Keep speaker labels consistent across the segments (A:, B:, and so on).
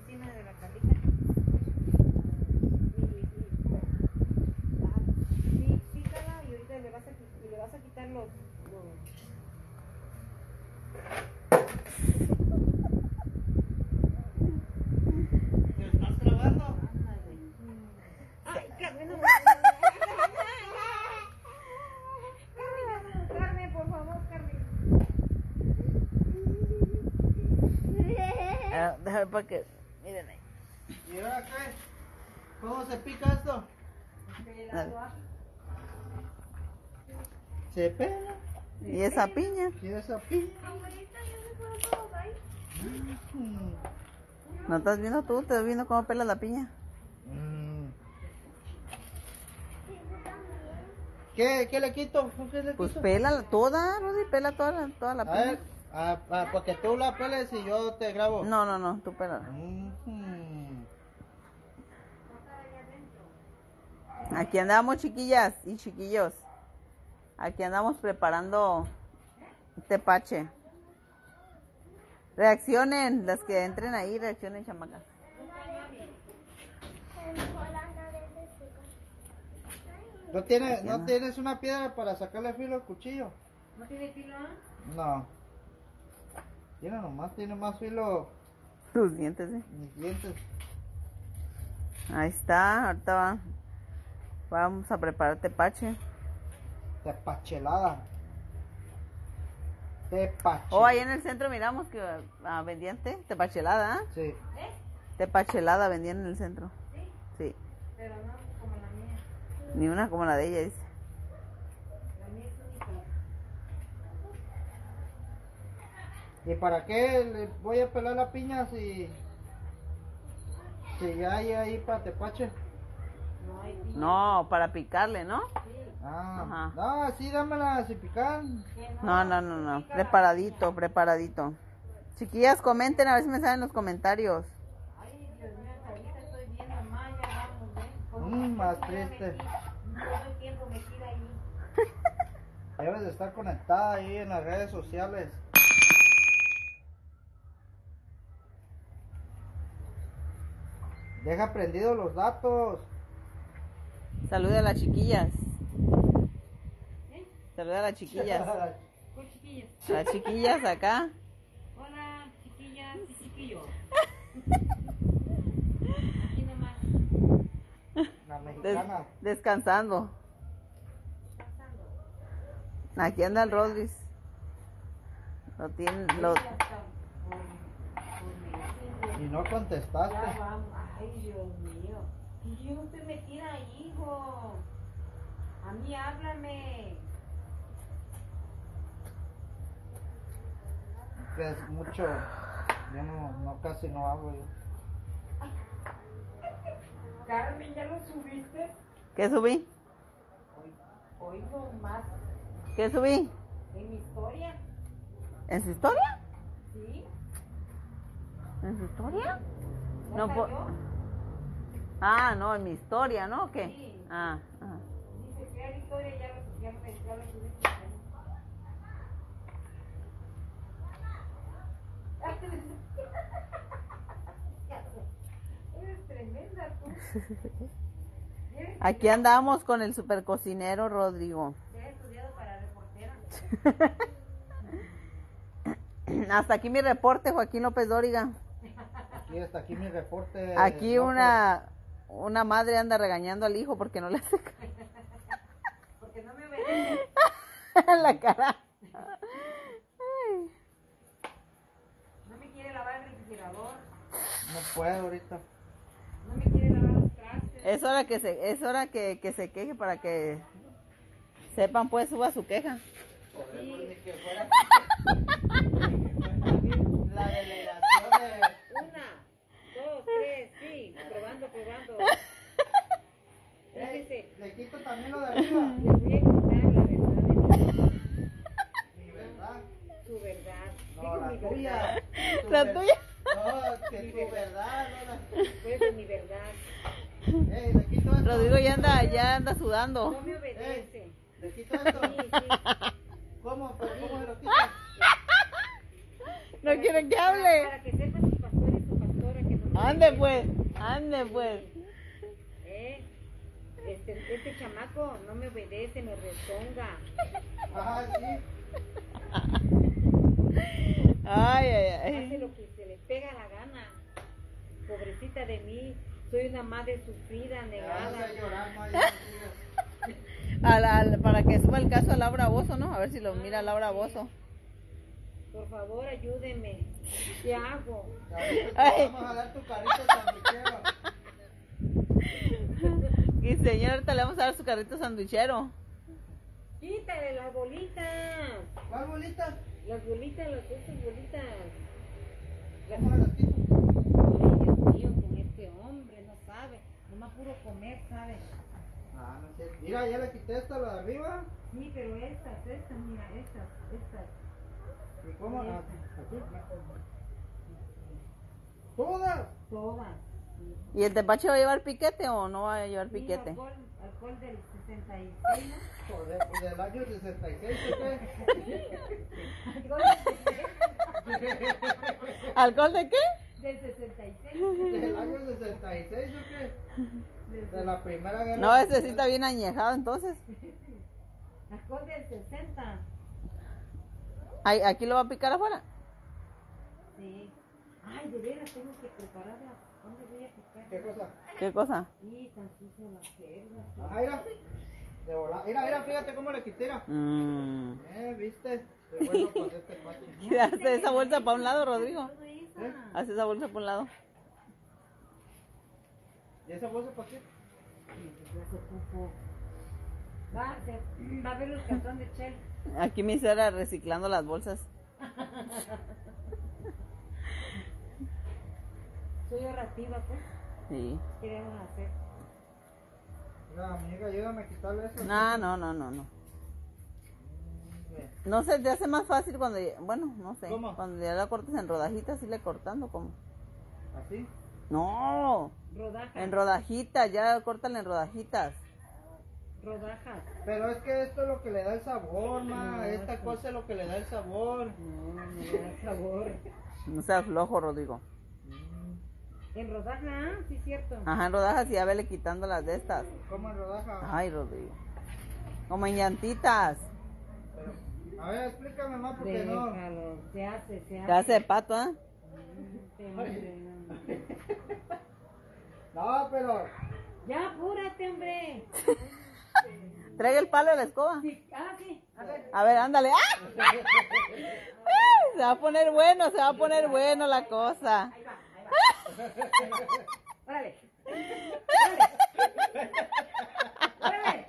A: ah,
B: Deja, deja para que. Miren ahí.
C: ¿Y ahora qué? ¿Cómo se pica esto? Se pela.
B: Y esa piña.
C: ¿Y esa piña?
B: ¿No estás viendo tú? ¿Te viendo cómo pela la piña?
C: Mm. ¿Qué, ¿Qué le quito? ¿Qué le
B: Pues
C: quito?
B: pélala toda, Rudy, pela toda la, toda la
C: a ver,
B: piña.
C: ah, ah, porque tú la peles y yo te grabo.
B: No, no, no, tú pélala.
C: Mm.
B: Aquí andamos, chiquillas y chiquillos. Aquí andamos preparando tepache. Reaccionen, las que entren ahí, reaccionen, chamacas.
C: ¿No, tiene, ¿No tienes una piedra para sacarle filo al cuchillo?
A: ¿No tiene filo?
C: No. Tiene nomás, tiene más filo
B: Tus dientes, ¿eh?
C: mis dientes.
B: Ahí está, ahorita va- vamos a preparar tepache.
C: Tepachelada. Tepachelada.
B: Oh, ahí en el centro miramos que ah, vendían té, tepachelada, ¿ah?
C: Sí.
B: Tepachelada vendían en el centro. Sí.
A: Pero no como la mía.
B: Ni una como la de ella, dice.
A: La mía es única.
C: ¿Y para qué le voy a pelar la piña si, si ya hay ahí para tepache?
A: No hay filo.
B: No, para picarle, ¿no?
C: Ah,
B: Ajá.
C: no, sí, dámela si pican.
B: No, no, no, no. Preparadito, preparadito. Chiquillas, comenten, a ver si me salen los comentarios.
A: Ay, Dios mío, hasta ahorita estoy viendo Maya, vamos, ven. Por
C: Mm,
A: un-
C: más
A: ya me
C: triste.
A: metí, Todo el tiempo metida ahí.
C: Debes de estar conectada ahí en las redes sociales. Deja prendidos los datos.
B: Saluda a las chiquillas. Saluda a las chiquillas.
A: Pues, chiquillas.
B: A las chiquillas acá.
A: Hola, chiquillas y chiquillos. Aquí nomás,
C: La
B: Des-
C: mexicana.
B: descansando. Aquí anda el Rodríguez. Lo tienen, lo-
A: hasta por- por meses,
C: Y no contestaste.
A: Ya vamos. Ay, Dios mío. Y yo estoy metida ahí, hijo. A mí háblame.
C: Que es mucho. Yo no, no casi no hago yo.
A: Carmen, ¿ya lo subiste?
B: ¿Qué subí?
A: Oigo más
B: ¿Qué subí?
A: en mi historia,
B: ¿En su historia?
A: ¿sí?
B: ¿En su historia? No
A: No,
B: po-
A: salió?
B: Ah, no, en mi historia, ¿no? ¿O qué?
A: Sí.
B: Ah, ah.
A: Dice, crear historia, ya lo, ya me- ya lo subiste. Eres tremenda tú. Eres-
B: Aquí andamos con el super cocinero Rodrigo.
A: Ya he estudiado para reportera.
B: Hasta aquí mi reporte, Joaquín López Dóriga.
C: Aquí hasta aquí mi reporte.
B: Aquí
C: Eh, No,
B: una, una madre anda regañando al hijo porque no le hace caso
A: Porque no me obedece.
B: en la cara.
A: No me quiere lavar el refrigerador.
C: No puedo ahorita.
A: No me quiere lavar los trastes.
B: Es hora que se, es hora que, que se queje para que sepan pues suba su queja.
C: La delegación de.
A: Una, dos, tres, sí. Probando, probando. Fíjese.
C: Le quito también lo de arriba.
A: Les voy a contar la verdad de mí,
C: Mi verdad.
A: su verdad.
C: No,
A: Digo
C: la
A: mi
C: tuya.
A: verdad.
C: Tu
B: La
C: ver-
B: tuya.
C: No, que tu verdad. No la...
A: Pues mi verdad.
C: Ey, le quito esto.
B: Rodrigo ya anda, ya anda
A: No
B: sudando.
A: me obedece.
C: Le quito esto.
A: Sí, sí.
C: ¿Cómo? ¿Pero cómo se lo quito?
B: No quieren que hable.
A: Para que sepan sus pastores, su pastora que no me
B: Ande
A: obedece.
B: pues, ande pues.
A: Eh, Este, este chamaco no me obedece, me rezonga.
C: Ajá, sí.
B: Ay, ay,
A: hace
B: ay.
A: lo que se le pega la gana. Pobrecita de mí, soy una madre sufrida,
C: Ya vas a
A: negada.
C: llorar, Maya.
B: A la- al- para que suba el caso a Laura Bozo, ¿no? A ver si lo mira Laura Bozo.
A: Por favor, ayúdeme. ¿Qué hago?
C: Carlitos,
B: Ay.
C: te Vamos a dar tu carrito sandwichero.
B: Y señor, ahorita le vamos a dar su carrito sandwichero.
A: Quítale las bolitas.
C: ¿Cuál bolita?
A: Las bolitas, las esas bolitas. Las
C: ¿Cómo las quito?
A: Ay, Dios mío, con este hombre, no sabe. Nomás puro comer, ¿sabes?
C: Ah, no sé. Mira, ya le quité esta, la de arriba.
A: Sí, pero estas, estas, mira, estas, estas.
C: ¿Y cómo?
A: Sí.
C: Ah, aquí. Todas.
A: Todas.
B: ¿Y el tepache va a llevar piquete o no va a llevar
A: Sí,
B: piquete?
A: Alcohol, alcohol del 66, ¿no?
C: Joder, pues del año 66, ¿o qué?
A: Alcohol del 66.
B: ¿Alcohol de qué?
A: Del 66.
C: ¿Del año 66 o qué? De la primera guerra.
B: No, ese sí está bien añejado entonces.
A: Alcohol del 60.
B: Ay, ¿Aquí lo va a picar afuera?
A: Sí. Ay, de veras, tengo que prepararla. ¿Dónde voy a picar?
C: ¿Qué cosa?
B: ¿Qué cosa?
A: Sí, tan sucia la cerda.
C: Ah, mira. De volar. Mira, mira, fíjate cómo le quité. mira.
B: Mm.
C: Eh, ¿viste? Qué bueno pues este cuate.
B: Hace esa bolsa para un lado, Rodrigo.
A: Todo esa.
B: Hace esa bolsa para un lado.
C: ¿Y esa bolsa para qué?
A: pues, Ya se puso. Va, se- va a ver el cartón de Chel.
B: Aquí mi era reciclando las bolsas.
A: Soy ahorrativa, pues.
B: Sí.
A: ¿Qué queremos hacer?
C: Mira, amiga, ayúdame a quitarle eso.
B: No, no, no, no, no. No se te hace más fácil cuando, ya- bueno, no sé,
C: ¿Cómo?
B: cuando ya la cortes en rodajitas, le cortando como.
C: ¿Así?
B: No,
A: Rodajas.
B: en rodajitas, ya córtale en rodajitas.
A: rodajas.
C: Pero es que esto es lo que le da el sabor, ma. Esta cosa es lo que le da el sabor.
A: No, no me da sabor.
B: No seas flojo, Rodrigo.
A: En rodajas, ah, sí, cierto.
B: Ajá, en rodajas y ya vele quitando las de estas.
C: ¿Cómo en rodaja?
B: Ay, Rodrigo. Como en llantitas.
C: Pero- a ver, explícame más porque no.
A: Déjalo. Se hace, se
B: Te
A: hace.
B: hace de pato, ¿eh?
A: Este hombre, no.
C: No, pero.
A: Ya, apúrate, hombre.
B: Traiga el palo de la escoba.
A: Sí, ah, sí. A ver.
B: A ver, ándale. ¡Ah! ¡Ah! Se va a poner bueno, se va a poner bueno la cosa.
A: Ahí va, ahí va. Órale. Órale. Órale.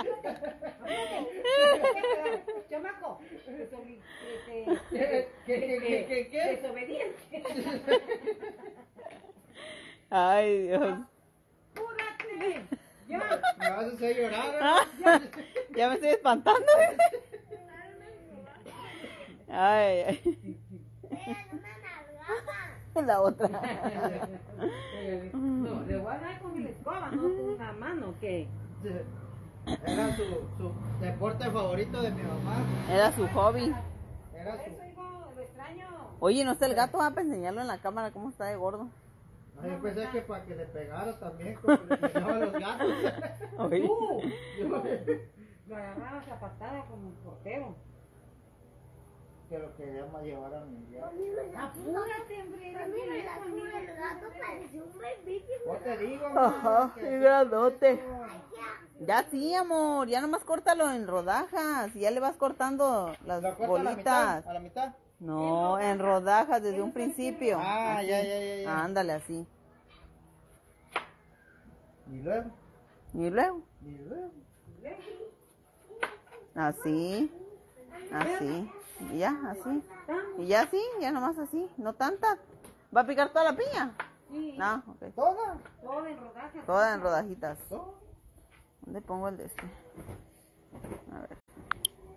A: Órale. Chamaco. Desobe- este,
C: ¿Qué, qué, qué, qué, qué, qué?
A: Desobediente.
B: Ay, Dios.
A: Apúrate. Ya.
C: Me vas a hacer llorar.
B: Ya me estoy espantando. Ay, ay. La otra.
A: No, le voy a dar con el escoba, no con una mano, ¿qué?
C: ¿eh? Era su, su deporte favorito de mi mamá.
B: Era su hobby.
C: Era su.
A: Eso, hijo, lo extraño.
B: Oye, no está el gato, va para enseñarlo en la cámara cómo está de gordo.
C: No, yo pensé que para que le pegara también, como le pegaba a los gatos.
B: Oye.
A: Tú. Lo agarrabas a patada como un portero.
C: que lo queríamos llevar a mi gato.
A: Apúrate, hombre. eres mi hijo, amigo.
C: ¿Cómo te digo?
B: Ajá,
C: mamá?
B: qué grandote. Ya sí, amor, ya nomás córtalo en rodajas y ya le vas cortando las
C: ¿Lo corto a la
B: bolitas.
C: mitad? ¿A la mitad?
B: No, en rodajas desde un principio.
C: Ah, ya, ya, ya, ya.
B: Ándale así.
C: Y luego,
B: Y luego,
C: y luego.
B: así, así, y ya, así.
A: Vamos.
B: Y ya así, ya nomás así, no tanta. ¿Va a picar toda la piña?
A: Sí,
B: No, ok.
C: Toda,
A: todo en rodajas.
B: Toda en rodajitas.
C: toda.
B: ¿Dónde pongo el de este? A ver.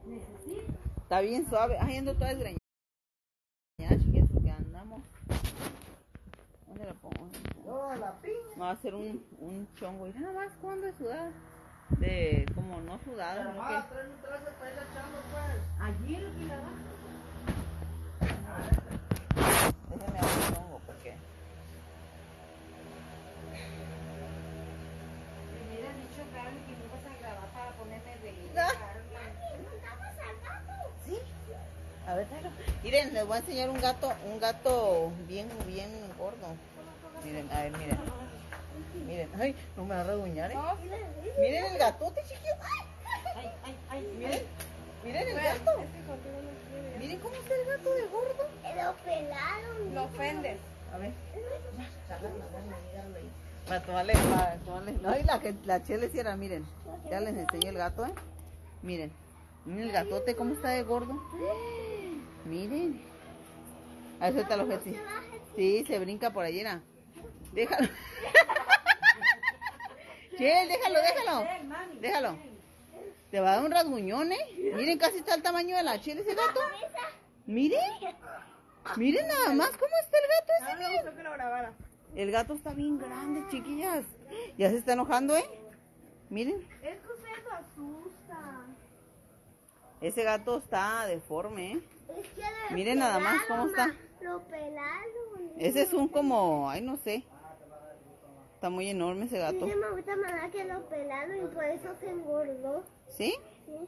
A: Necesito.
B: Está bien suave. Ay, ando toda desgreñada. Ya, chiquito, que andamos. ¿Dónde la pongo?
C: Toda la piña.
B: Me va a hacer un, un chongo. Mira nada más cuando es sudado. De como no sudado.
C: Pero
B: ¿no?
C: más, tráeme un trazo para ir echando, pues.
A: Allí lo que la vas.
B: Que- Déjame hacer un chongo porque.
A: Me hubiera dicho, Carmen, que no vas a grabar para ponerme de
B: Sí. A ver, tráelo. Miren, les voy a enseñar un gato, un gato bien, bien gordo. Miren, a ver, miren. Miren, ay, no me va a reguñar, ¿eh? Miren el gatote, chiquillo. Ay,
A: Ay, ay, ay,
B: miren, miren el gato. Miren cómo está el gato de gordo.
D: Lo pelaron.
E: Lo ofendes.
B: A ver. Para tomarle, para tomarle. No, y la que la chele si era, miren. Ya les enseñé el gato, ¿eh? Miren. Miren el gatote, ¿cómo está de gordo? Miren. Ahí suelta los sí. Sí, se brinca por allí, era. Déjalo. Chel, déjalo, déjalo. Déjalo. Te va a dar un rasguñón, ¿eh? Miren, casi está el tamaño de la chile ese gato. Miren. Miren nada más cómo está el gato ese.
E: No me gustó que lo grabara.
B: El gato está bien grande, chiquillas. Ya se está enojando, ¿eh? Miren.
E: Es que ustedes lo asustan.
B: Ese gato está deforme, ¿eh?
D: Es que lo
B: Miren nada más
D: pelaron,
B: cómo está.
D: ma. Lo pelaron.
B: Ese es un como, ay, no sé. Está muy enorme ese gato.
D: Mire, me gusta mamá que lo pelaron y por eso se engordó.
B: ¿Sí?
D: Sí.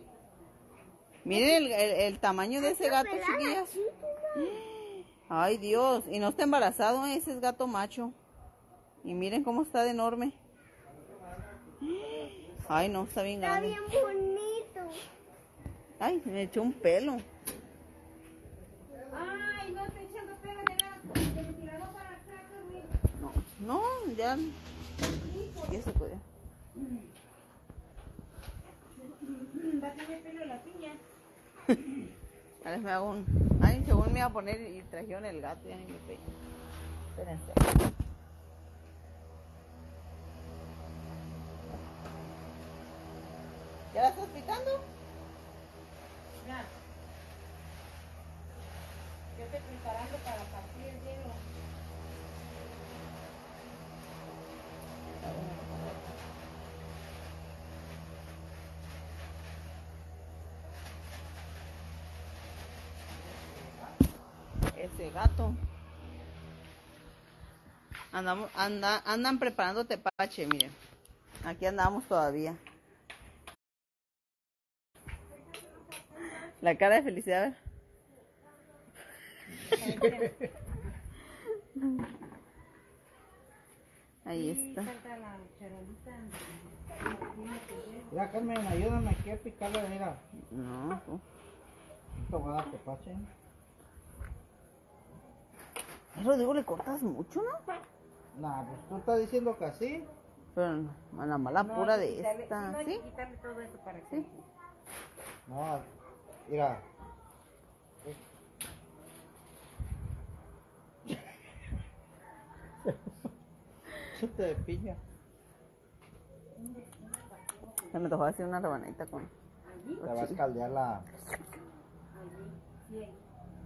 B: Miren el, el- el tamaño de ese
D: Lo
B: gato,
D: pelaron
B: chiquillas.
D: aquí, tú no.
B: Ay, Dios. Y no está embarazado, ¿eh? ese es gato macho. Y miren cómo está de enorme. Ay, no, está bien
D: Está
B: grande.
D: bien bonito.
B: Ay, me echó un pelo.
A: Ay, no te echando pelo de nada. Te tiraron para acá, Carmen.
B: No, no, ya. Ya se puede.
A: Va a tener pelo la piña.
B: Ahora me hago un. Ay, según me iba a poner y trajeron el gato, ya ni me pegué. Espérense. ¿Ya la estás picando?
A: Ya. Yo estoy preparando para partir el hielo.
B: Ese gato. Andamos, anda, andan preparando tepache, miren. Aquí andamos todavía. La cara de felicidad, a ver. Ahí está.
A: Falta la charolita.
C: Mira, Carmen, ayúdame aquí a picarle, mira.
B: No, tú.
C: Esto va a ¿eh? dar tepache.
B: Ay, Rodrigo, le cortas mucho, ¿no?
C: Nah, pues tú estás diciendo que así.
B: Pero no, a la mala pura
A: hay que
B: de
A: quitarle-
B: esta,
A: no hay que
B: ¿sí?
A: quitarle todo eso para que.
B: Sí.
C: No, mira. Se te pilla.
B: Se me tocó hacer una rebanadita con...
C: Te vas a caldear la.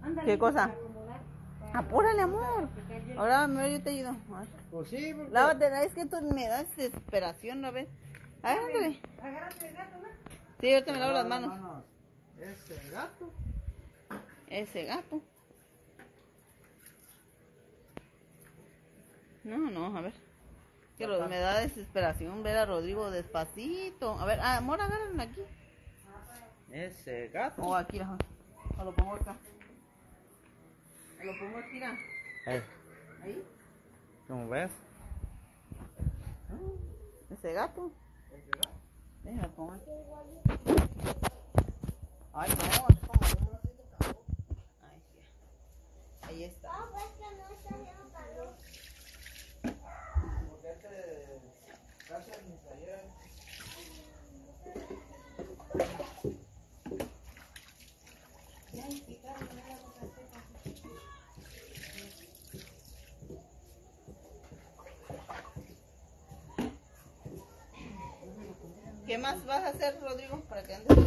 A: Ándale,
B: ¿Qué
A: para
B: cosa?
A: acomodar, para
B: Apúrale, amor.
A: que caiga el-
B: Ahora, mejor yo te ayudo. A ver.
C: Pues sí, porque-
B: Lávate, es que tú me das desesperación, ¿no ves? A ver, ándale.
A: Agárrate el gato, ¿no?
B: Sí, ahorita me lavo las manos.
C: Ese gato.
B: Ese gato. No, no, a ver. Que lo- me da desesperación ver a Rodrigo despacito. A ver, ah, amor, agárrenlo aquí.
C: Ese gato.
B: O aquí, ajá. O lo pongo acá. O Lo pongo aquí, mira.
C: Eh,
B: Ahí.
C: ¿Cómo ves?
B: Ese gato. Déjame poner. Ay, no, es como uno así de calor. Ay, sí. Ahí está.
D: No, pues que no está haciendo calor.
B: ¿Qué más vas a hacer, Rodrigo, para que andes?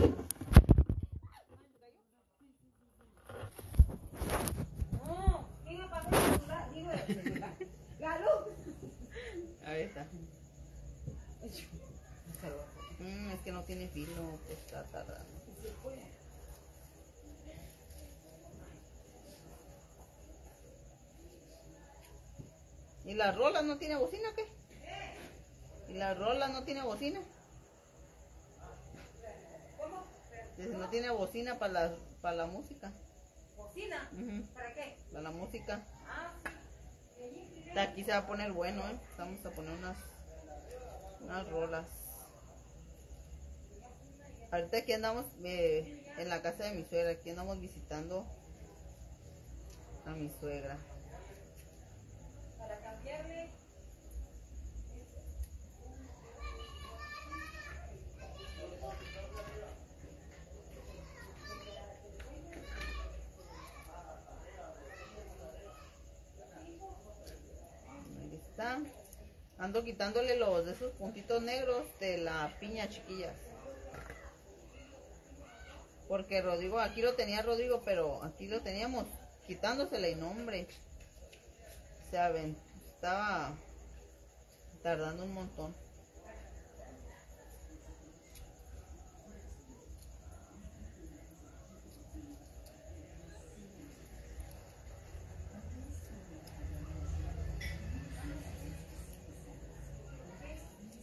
A: No, ¿quién apagó el celular? Digo, el celular. La luz.
B: Ahí está. Mm, es que no tiene filo, te está tardando. ¿Y la rola no tiene bocina o qué? ¿Y la rola no tiene bocina? Dice, no tiene bocina para la, para la música.
A: ¿Cocina?
B: Ujú,
A: ¿Para qué?
B: para la música.
A: Ah,
B: Está aquí se va a poner bueno, ¿eh? Vamos a poner unas, unas rolas. Ahorita aquí andamos eh, en la casa de mi suegra, aquí andamos visitando a mi suegra. Ahí está. Ando quitándole los de esos puntitos negros de la piña, chiquillas. Porque Rodrigo, aquí lo tenía Rodrigo, pero aquí lo teníamos quitándosele y no, hombre. Saben, estaba tardando un montón.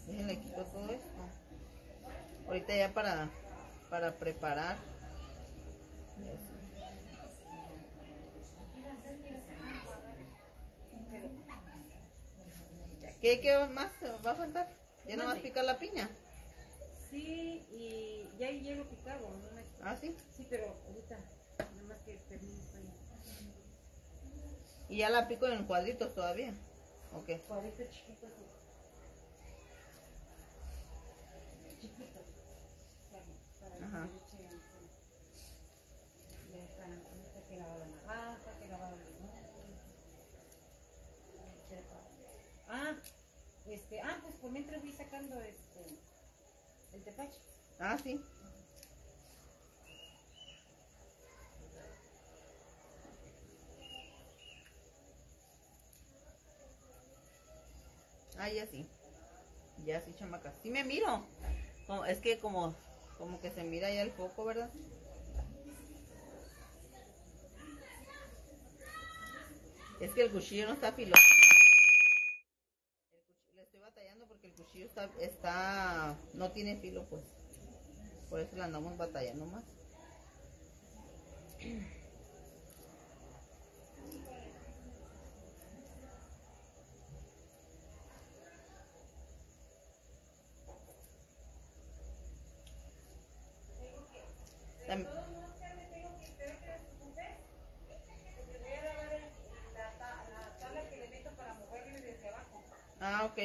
B: Déjenle quito todo esto. Ahorita ya para, para preparar. ¿Qué, qué más va a faltar? Ya no vas a picar la piña.
A: Sí, y ya hay hielo picado, no me...
B: Ah, sí.
A: Sí, pero ahorita, nada más que este, termine el
B: Y ya la pico en cuadritos todavía. Ok.
A: cuadrito chiquito. así. Chiquito. Para, para que
B: Ajá.
A: se le eche encima. Ya está, ahorita que lavar la navaja, que lavar el limón. Ah, este, ah, pues por mientras voy sacando este, el tepache.
B: Ah, sí. Ah, ya sí. Ya sí, chamacas. Sí me miro. Como- es que como, como que se mira ya el foco, ¿verdad? Es que el cuchillo no está filoso. Le estoy batallando porque el cuchillo está, está, no tiene filo, pues. Por eso la andamos batallando más. Tam- Ah, ok.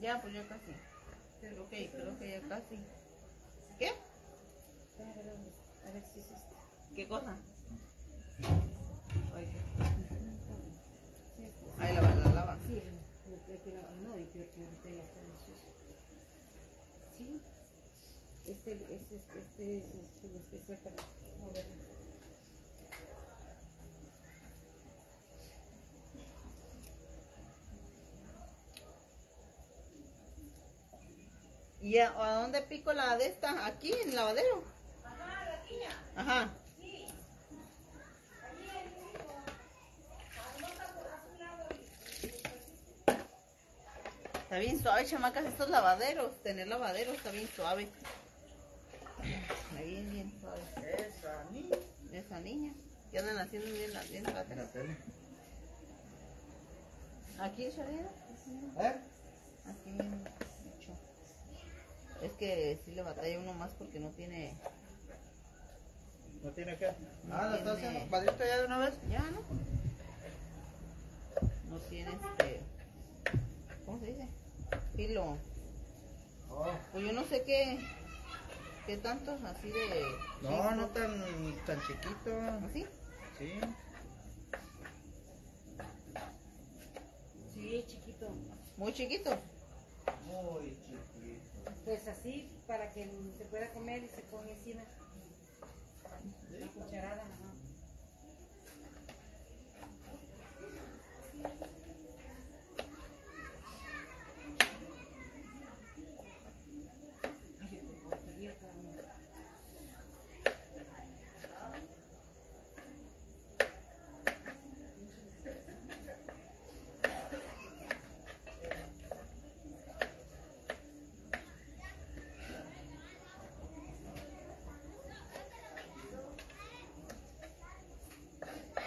B: Ya, pues ya casi. Creo que, creo que ya casi. ¿Qué?
A: A ver si es este.
B: ¿Qué cosa? Ay, Ahí la va, la lava.
A: Sí, yo creo que no, no, yo creo que ahorita ya está delicioso. Sí, este, este, este, este, es este, el especial para moverlo.
B: ¿Y a, a dónde pico la de esta? Aquí, en el lavadero. Ajá, la piña. Ajá. Está bien suave, chamacas, estos lavaderos. Tener lavaderos está bien suave. Está bien, bien suave.
C: Esa niña.
B: Esa niña. Ya andan haciendo bien la bien la tarea.
C: eh.
B: Aquí, Sharina.
C: ¿Eh?
B: Aquí bien hecho. Es que si le batalla uno más porque no tiene.
C: ¿No tiene qué?
B: No
C: Ah, ¿lo está
B: tiene.
C: haciendo cuadrito ya de una vez?
B: Ya, ¿no? No tiene este. ¿Cómo se dice? Filo.
C: Oh.
B: Pues yo no sé qué. ¿Qué tantos así de.
C: No, no tan, tan chiquito.
B: ¿Así?
C: Sí.
A: Sí, este, chiquito.
B: Muy chiquito.
C: Muy chiquito.
A: Pues así, para que se pueda comer y se pone encima. La cucharada, ajá.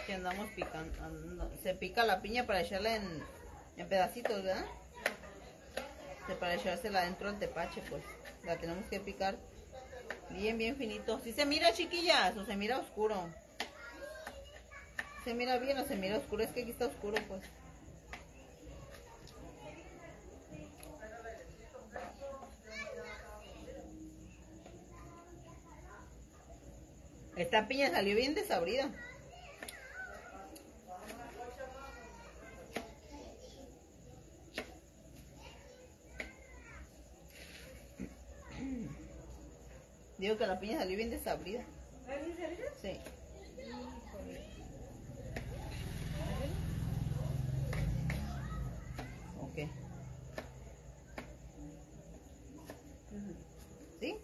B: Que andamos picando. ando- se pica la piña para echarla en, en pedacitos, ¿verdad? Se- Para echársela dentro del tepache, pues. La tenemos que picar bien, bien finito. Si se mira, chiquillas, o se mira oscuro. ¿Se mira bien o se mira oscuro? Es que aquí está oscuro, pues. Esta piña salió bien desabrida. Digo que la piña salió bien desabrida. Sí. Ok. ¿Sí?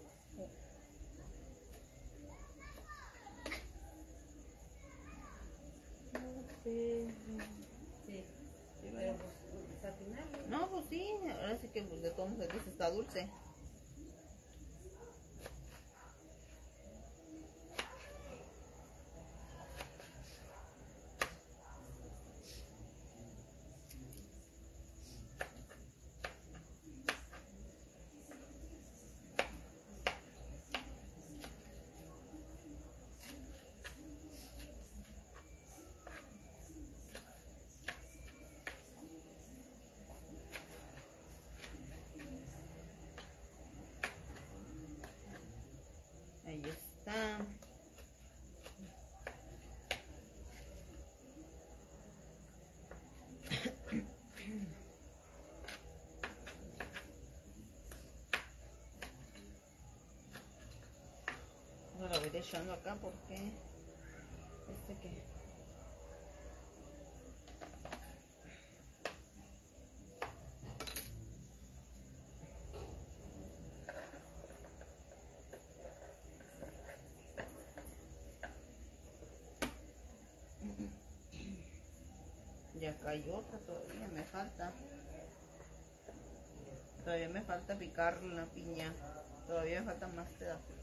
A: Pero pues, está final.
B: No, pues sí. Ahora sí que pues, de todos modos aquí sí está dulce. Ahí está. No la voy dejando acá porque este que ya acá hay otra todavía me falta. Todavía me falta picar la piña. Todavía me falta más pedazos.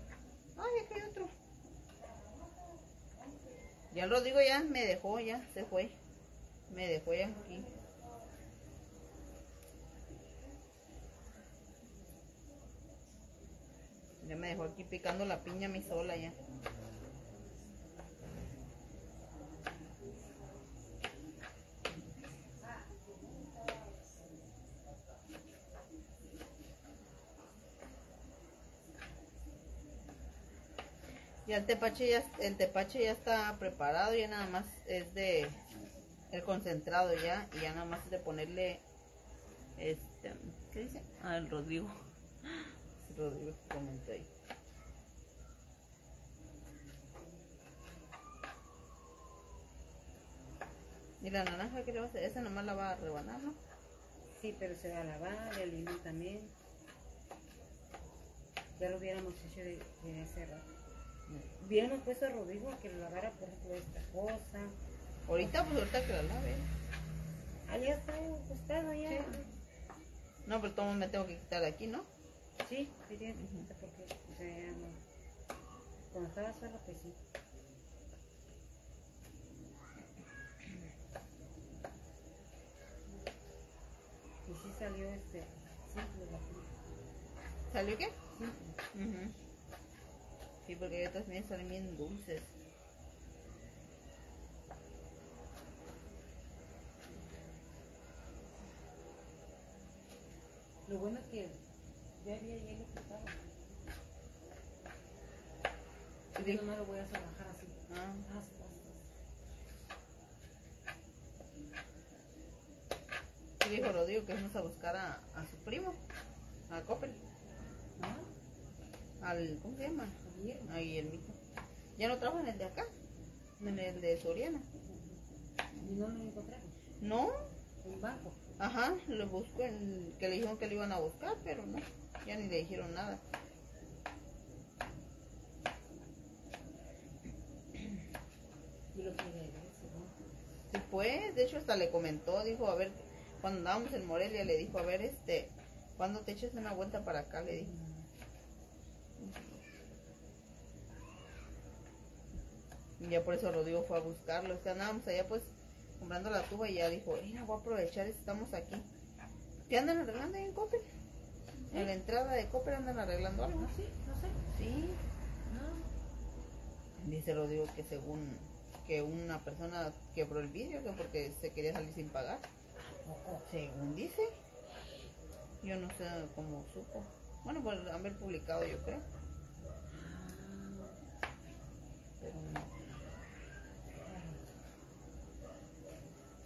B: Ay, aquí hay otro. Ya lo digo, ya me dejó, ya se fue. Me dejó ya aquí. Ya me dejó aquí picando la piña a mí sola ya. Ya el tepache ya, el tepache ya está preparado, ya nada más es de el concentrado ya, y ya nada más es de ponerle este, ¿qué dice? Ah, el Rodrigo. El Rodrigo que comentó ahí. ¿Y la naranja qué le va a hacer? Esa nomás la va a rebanar, ¿no?
A: Sí, pero se va a lavar, el limón también. Ya lo hubiéramos hecho de, de hace rato. Hubiéramos puesto a Rodrigo que lo lavara, por ejemplo, esta cosa.
B: Ahorita, pues ahorita que la lave.
A: Allá Ah, está acostado, ya.
B: No, pero todo me tengo que quitar de aquí, ¿no?
A: Sí, sí, tiene que quitar porque, o sea, ya no. Cuando estaba solo, pues sí. Y sí salió este. Sí, lo bajé.
B: ¿Salió qué? Ujú. Sí, porque ellos también salen bien dulces.
A: Lo bueno es que ya había hielo cortado.
B: Y
A: Yo
B: dijo,
A: no lo voy a hacer bajar así.
B: ah,
A: Haz, haz,
B: y dijo Rodrigo que vamos a buscar a, a su primo, a Coppel,
A: haz. Ah,
B: al, ¿cómo se llama?
A: bien.
B: A Guillermito. Ya no trabaja en el de acá, en el de Soriana.
A: Y no lo encontramos.
B: No,
A: Un banco.
B: ajá, lo busco en, que le dijeron que lo iban a buscar, pero no, ya ni le dijeron nada.
A: Y lo quiere eso, ¿no?
B: Sí, pues, de hecho hasta le comentó, dijo, a ver, cuando andábamos en Morelia le dijo, a ver, este, cuando te eches una vuelta para acá, le dijo. Y ya por eso Rodrigo fue a buscarlo, o sea, andábamos allá pues comprando la tuba y ya dijo, mira, voy a aprovechar, estamos aquí. ¿Qué andan arreglando ahí en Coppel? En la entrada de Coppel andan arreglando algo.
A: No sé, no sé.
B: Sí,
A: No.
B: dice Rodrigo que según que una persona quebró el vidrio que porque se quería salir sin pagar. Según dice. Yo no sé cómo supo. Bueno, por haber publicado, yo creo. Pero no.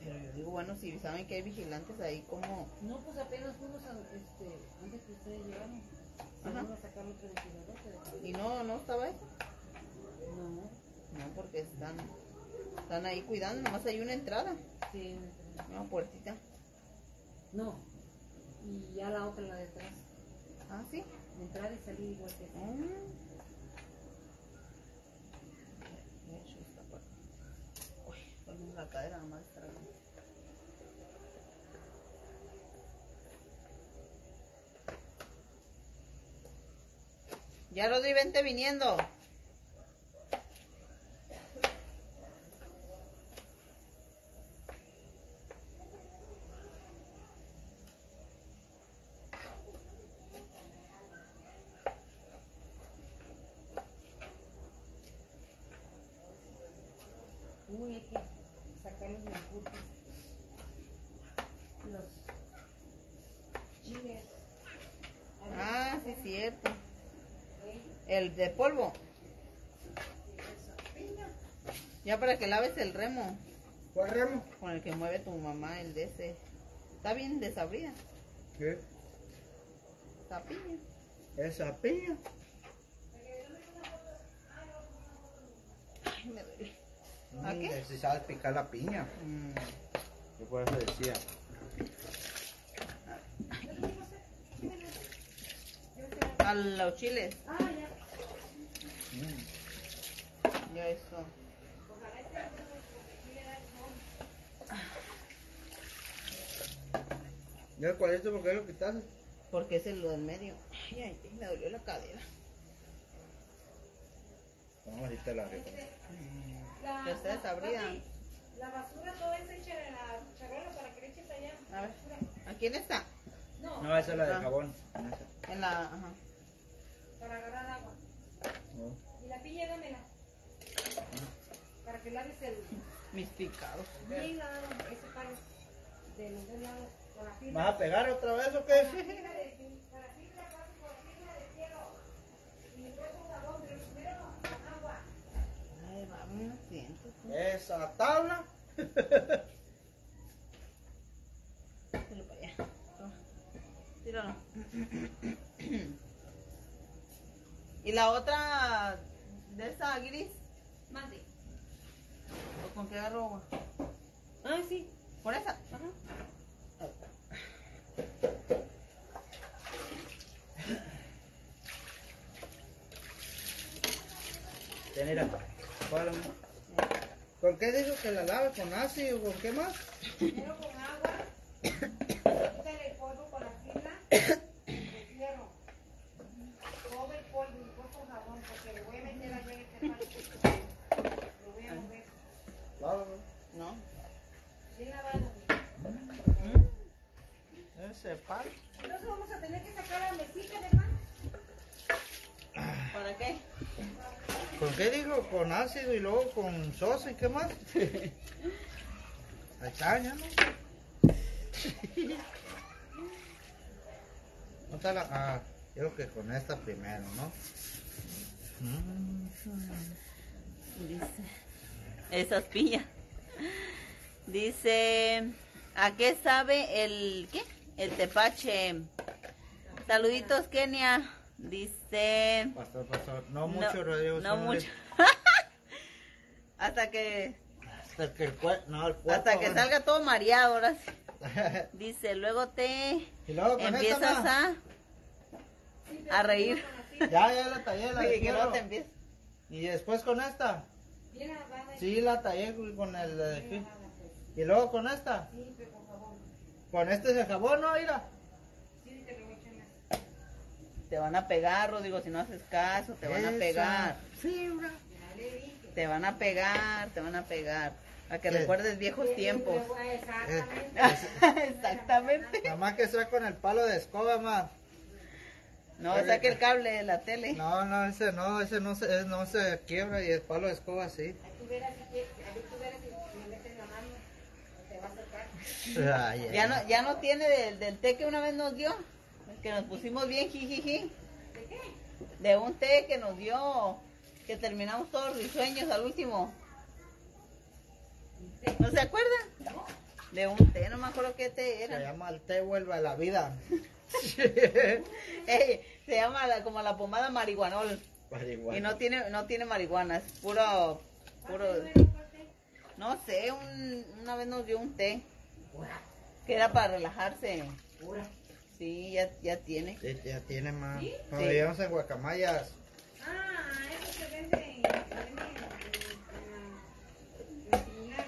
B: Pero yo digo, bueno, si saben que hay vigilantes ahí, como...
A: No, pues apenas fuimos a, este, antes que ustedes llegaron. Se
B: Ajá.
A: iban a sacar otro ventilador, pero-
B: ¿Y no, no estaba eso?
A: No,
B: No, porque están, están ahí cuidando, nomás hay una entrada,
A: sí.
B: una puertita.
A: No. Y ya la otra, la de atrás.
B: Ah, sí.
A: Entrar y salir igual que
B: Mm. Voy a subir esta parte. Uy, ponme la cadera nomás trago. Ya Rodri, vente viniendo.
A: Uy, hay que sacarlos los curso. Los chiles.
B: Ah, sí, cierto. El de polvo. Ya para que laves el remo
C: ¿Cuál remo?
B: con el que mueve tu mamá, el de ese. Está bien desabrida.
C: ¿Qué?
B: Está piña.
C: Esa piña.
B: Ay, me duele. ¿A
C: Mm,
B: qué?
C: Si sabes picar la piña.
B: Mm.
C: Yo por eso decía.
B: A los chiles.
C: Mm.
B: Ya eso.
C: ¿Ya cuál es esto? ¿Por qué lo quitaste?
B: Porque es el del medio. Ay, ay, me dolió la cadera.
C: Vamos a decirte la rica.
B: Ya está desabrida.
F: La basura toda es hecha en la charola para que le eches allá.
B: A ver. ¿A quién está?
C: No, esa es la
B: Ah.
C: de jabón.
B: En la. Ajá.
F: Para agarrar agua.
C: No.
F: Y la piña dámela. Para que laves el
B: Mis picados.
F: bien lavado, ese palo de los dos lados con la fibra.
C: ¿Vas a pegar otra vez o qué?
F: fibra de- Con la fibra casi con la fibra de cielo. Y después con jabón, pero primero con agua.
B: Ay, mami, no siento.
C: Esa tabla.
B: Tíralo para allá. Toma. Tíralo. ¿Y la otra de esa gris?
F: Mande.
B: ¿O con qué agarro agua?
F: Ah, sí.
B: ¿Con esa?
C: Tenera. ¿Con qué dijo que la lave? ¿Con ácido o con qué más?
F: Primero con agua. Quítale el polvo con la fibra de cielo. Todo el polvo y después con jabón porque le voy a meter allá en este palo. Lo voy a mover.
C: Lávalo.
B: No.
F: Bien lavado.
C: Ese palo.
F: Entonces vamos a tener que sacar la mesita de pan.
B: ¿Para qué?
C: ¿Con qué dijo? Con ácido y luego con sosa y qué más. Hachaña, ¿no? ¿Dónde está la.? Ah, yo creo que con esta primero, ¿no?
B: Dice, esas piñas. Dice, ¿a qué sabe el qué? El tepache. Saluditos, Kenia. Dice,
C: Pastor, pastor. No mucho,
B: no,
C: Rodrigo.
B: no
C: solo
B: mucho. hasta que
C: Hasta que el cuerpo. No, el cuerpo.
B: hasta que
C: bueno.
B: salga todo mareado ahora sí. Dice, luego te
C: y luego con
B: empiezas
C: esta.
B: a a reír.
C: ma. Ya, ya la tallé, la
B: Oye,
C: de
B: que
C: quiero.
B: no te empieces.
C: Y después con esta.
F: Bien lavada.
C: Sí, la tallé güey, con el. de aquí. Y luego con esta.
F: pues. Sí, pero con jabón.
C: Con este es el jabón, ¿no? Mira.
F: Sí, te lo voy a echar más.
B: Te van a pegar, Rodrigo, si no haces caso, te van a
C: Esa.
B: pegar.
C: Sí, una.
F: Ya le dije.
B: Te van a pegar, te van a pegar. A que
C: ¿Qué?
B: recuerdes viejos tiempos.
F: Exactamente.
B: Exactamente.
C: Nada más que sea con el palo de escoba, ma.
B: No, saque el cable de la tele.
C: No, no, ese no, ese no se, ese no se quiebra y el palo de escoba sí.
F: Hay que tú verás si quieres, ahí tú verás si le metes la mano, te va a sacar.
C: Ay, ay,
B: Ya no, ya no tiene del, del té que una vez nos dio, que nos pusimos bien jijiji.
F: ¿De qué?
B: De un té que nos dio, que terminamos todos risueños al último. ¿No se acuerdan? De un té, no me acuerdo qué té
C: Se
B: era.
C: llama el té vuelve a la vida.
B: Ey, se llama la- como la pomada marihuanol.
C: Marihuana.
B: Y no tiene, no tiene marihuana, es puro, puro, no sé, un- una vez nos dio un té, que era para relajarse. Sí, ya, ya tiene.
C: Sí, ya tiene más. Cuando vivíamos en Guacamayas,
F: Ah, eso se vende en, se vende en, en, en, la- en, la similar.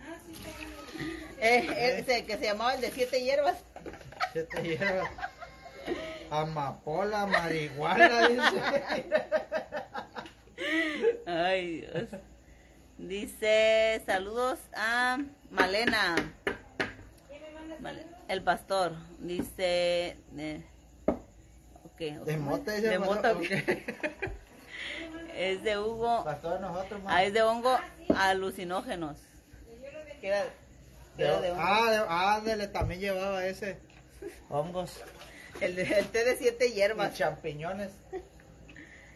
F: Ah, sí, está bueno.
B: Eh, eh, ese que se llamaba el de siete hierbas.
C: ¿qué te llevas? Amapola, marihuana, dice.
B: Ay, Dios. Dice, saludos a Malena. Vale, El pastor. Dice, eh, ok, ok.
C: De mota, dice.
B: De
C: hermano.
B: mota, ok.
C: Ok.
B: Es de Hugo.
C: Para todos nosotros,
B: Ah,
C: mano.
B: es de hongo alucinógenos. Que era, que era de hongo.
C: Ah, de, ah, dele, también llevaba ese. Hongos.
B: El, de- el té de siete
C: Y
B: hierbas.
C: champiñones.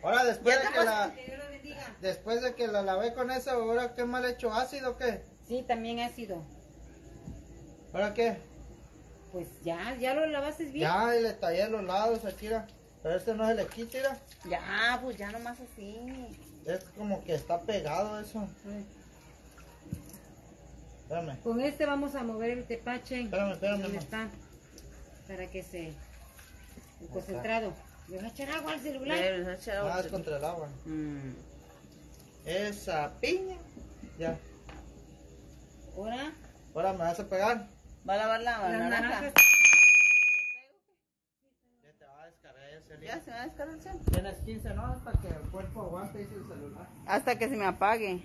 C: Ahora después
B: Ya
C: de que
B: estamos-
C: la
F: Que Dios lo bendiga.
C: después de que la lavé con eso, ahora qué mal hecho ácido o qué?
A: Sí, también ácido.
C: ¿Ahora qué?
A: Pues ya, ya lo lavaste bien.
C: Ya y le tallé los lados aquí, mira. Pero este no se le quita, mira.
B: Ya, pues ya nomás así.
C: Es como que está pegado eso. Espérame.
A: Con este vamos a mover el tepache.
C: Espérame, espérame,
A: ¿Dónde
C: ma.
A: está? Para que se... El concentrado. Le voy a echar agua al celular.
B: Eh, se echa
C: Ah, es
B: otro.
C: contra el agua.
B: Mm.
C: Esa piña. Ya.
A: Ahora,
C: Ahora me vas a pegar.
B: Va a lavar la
A: las
B: naranja.
A: naranjas.
C: Ya te va a descargar ese
B: Ya se me va a descargar el cel.
C: Tienes 15, ¿no? Hasta que el cuerpo aguante y el celular.
B: Hasta que se me apague.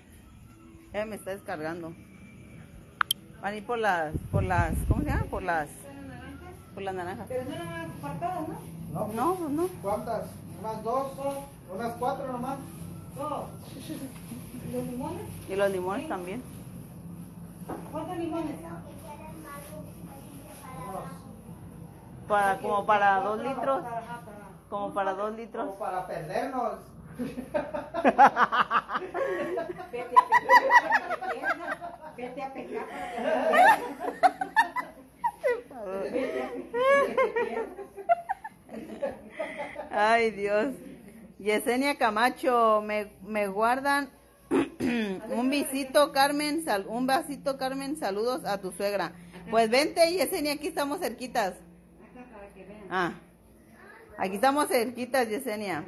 B: Ya me está descargando. Van a ir por las, por las, ¿cómo se llama? Por las, por las naranjas.
A: Pero no lo van a ocupar todas, ¿no?
C: No,
B: No, pues no.
C: ¿Cuántas? ¿Unas dos? ¿Unas cuatro nomás?
A: Dos. ¿Los limones?
B: Y los limones también.
A: ¿Cuántos limones? Ah,
B: Para, como para dos
A: Cuatro,
B: litros.
A: ajá, para-
B: Como para dos litros.
C: Como para perdernos.
A: Vete a pecar. Vete a pecar para que no te pierdas.
B: Ay, Dios. Yesenia Camacho, me, me guardan un visito, Carmen, sal- un vasito, Carmen, saludos a tu suegra. Pues vente, Yesenia, aquí estamos cerquitas.
A: Ajá, para que vean.
B: Ah, aquí estamos cerquitas, Yesenia.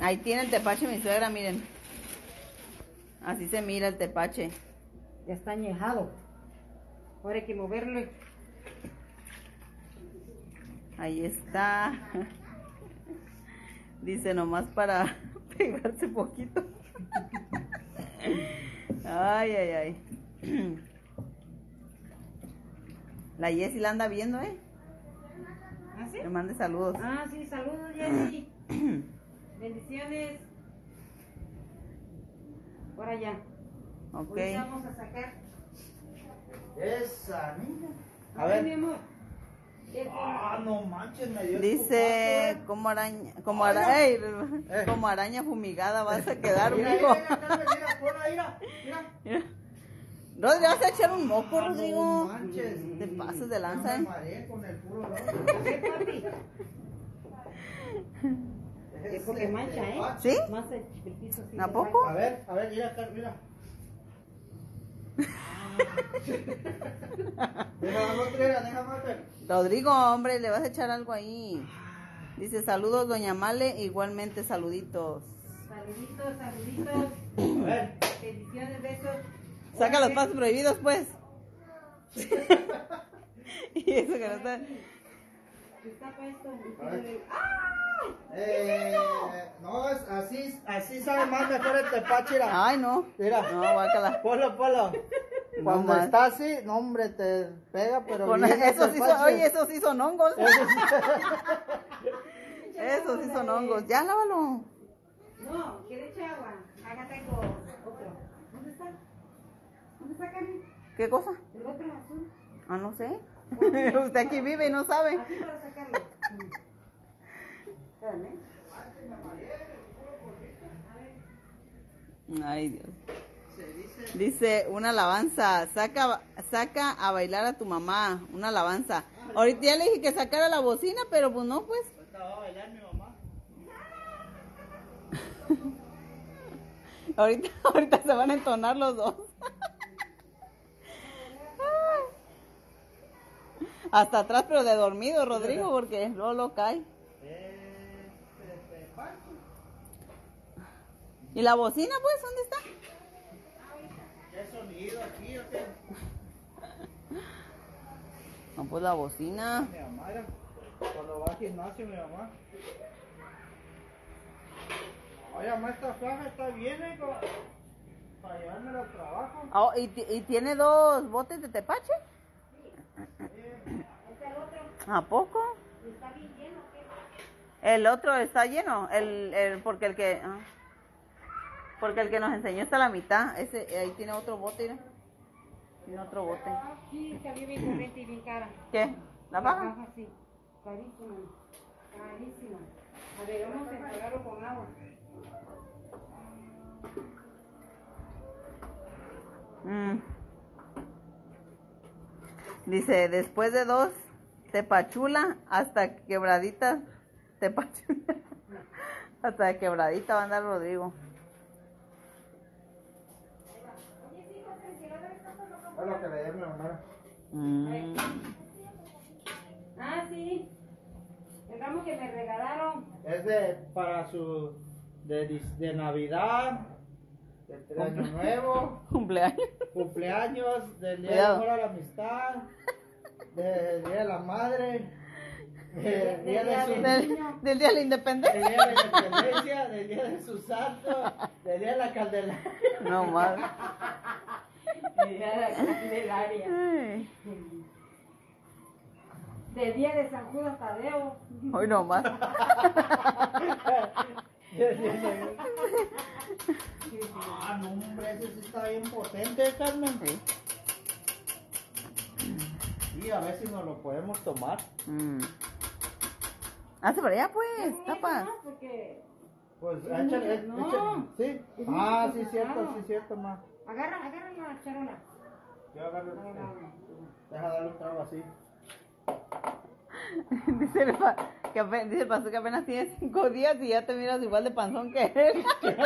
B: Ahí tiene el tepache mi suegra, miren. Así se mira el tepache.
A: Ya está añejado. Ahora hay que moverlo.
B: Ahí está. Dice nomás para pegarse poquito. Ay, ay, ay. La Jessie la anda viendo, ¿eh?
A: ¿Ah, sí?
B: Le mande saludos.
A: Ah, sí, saludos, Jessy. Bendiciones. Ahora ya.
B: Ok.
C: pues
A: Ahorita vamos a sacar.
C: Esa niña. A
A: Ay,
C: ver.
A: mi amor. Este,
C: Ah, no manches, me dio el
B: Dice, como araña, como araña,
C: Eh.
B: como araña fumigada vas a quedar,
C: cubazo. Mira,
B: mijo.
C: mira, Carmen, mira, ponla, mira, mira.
B: Rodrigo, vas a echar un moco,
C: Ah, No
B: Rodrigo.
C: manches.
B: Te pasas de
C: Ya
B: lanza,
C: me
B: ¿eh?
C: mareé con el puro
A: Es porque mancha, ¿eh?
B: ¿Sí?
A: Más el, el piso. sí,
B: ¿A
A: lo
B: poco?
C: A ver, a ver, mira, Carmen, mira. Déjame otra, déjame otra.
B: Rodrigo, hombre, le vas a echar algo ahí. Dice, saludos, doña Male, igualmente saluditos.
A: va. Saluditos, saluditos.
C: A ver.
A: Bendiciones, besos.
B: Saca los pasos prohibidos, pues. y eso que no está...
A: Destapa esto.
C: A ver.
B: ¡Ah!
C: Eh, no, es así, así sabe más mejor el tepache, mira.
B: Ay, no.
C: Mira.
B: Ah, No, guácala.
C: Polo, polo.
B: No
C: Cuando
B: más.
C: está así, no hombre, te pega, pero
B: Con-
C: bien el
B: esos sí son,
C: tepache.
B: oye, esos sí son hongos. Eso sí son hongos. Ya lávalo.
A: No, quiere echar agua. Acá tengo otro. ¿Dónde está? ¿Dónde está Cani?
B: ¿Qué cosa?
A: El otro azul.
B: Ah, no sé. Usted aquí vive y no sabe.
A: Aquí para sacarlo. Espérame.
B: Ay, Dios. Dice una alabanza, saca, saca a bailar a tu mamá, una alabanza. Ahorita ya le dije que sacara la bocina, pero pues no, pues. ahorita, ahorita se van a entonar los dos. Ay. Hasta atrás, pero de dormido, Rodrigo, porque no lo cae.
C: Eh,
B: ¿Y la bocina, pues? ¿Dónde está?
C: ¿Qué sonido aquí o qué?
B: No, pues la bocina.
C: Mi mamá era cuando va al gimnasio mi mamá. Oye, mamá, esta flaja está bien, eh, pa- para llevármela al trabajo.
B: Ah, oh, ¿y, ti- y tiene dos botes de tepache? ¿A poco? El otro está lleno, el, el- porque el que ah. porque el que nos enseñó está a la mitad, ese ahí tiene otro bote, mira. tiene otro bote.
A: Sí, está bien bien corriente y bien cara.
B: ¿Qué?
A: La
B: ¿La baja?
A: paja, sí. Carísima. Carísima. A ver, vamos a enjuagarlo con agua.
B: Mm. Dice después de dos tepachula hasta quebradita tepachula hasta quebradita va a andar Rodrigo.
C: Es lo que le di a mi mamá.
B: Mm.
A: Ah, sí. El ramo que me regalaron.
C: Es de, para su, de, dis- de Navidad, de Año Nuevo,
B: Cumpleaños.
C: cumpleaños, del Día de
B: Cuidado.
C: Amor a la Amistad, del Día de la Madre, del Día de su...
B: Del, del día de la
C: del
B: independencia.
C: Día de la Independencia, del Día de su Santo, del Día de la Candelaria.
B: No más.
A: El día de la Candelaria.
B: Hoy
A: Del día de San Judas Tadeo.
B: no más.
C: Ah, no, hombre, ese sí está bien potente, Carmen. Y a ver si nos lo podemos tomar.
B: Mm. Hazte para allá, pues. Tapa.
A: No, porque
C: Pues échale, échale.
A: No.
C: Sí.
A: Es muy
C: Ah, sí,
A: complicado.
C: cierto, sí, cierto, ma.
A: agarra, agarra la charola.
C: Yo agarro. Deja darle un trago así.
B: Dice el, pa- que ape- dice el pastor que apenas tiene cinco días y ya te miras igual de panzón que él.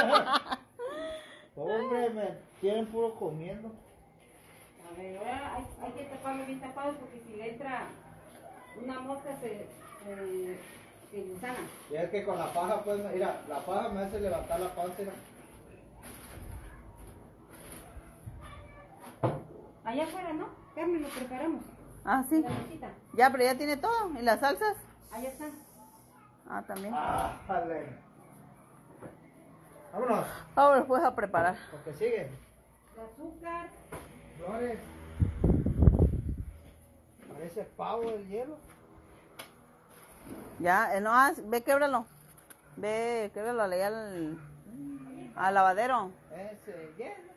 C: Hombre, me tienen puro comiendo.
A: A ver, ahora hay, hay que taparlo bien tapado porque si le entra una mosca se, se, se gusana.
C: Y es que con la paja, pues, mira, la paja me hace levantar la panza. mira.
A: Allá afuera, ¿no? Carmen, lo preparamos.
B: Ah, sí.
A: La mesita.
B: Ya, pero ya tiene todo. ¿Y las salsas?
A: Allá está.
B: Ah, también.
C: Ah, dale. Vámonos.
B: Ahora los puedes pues, a preparar.
C: Lo que sigue.
A: El azúcar.
C: Flores. Parece pavo el hielo.
B: Ya, eh, no, ah, ve, québralo. Ve, québralo allá al, al lavadero.
C: Ese hielo.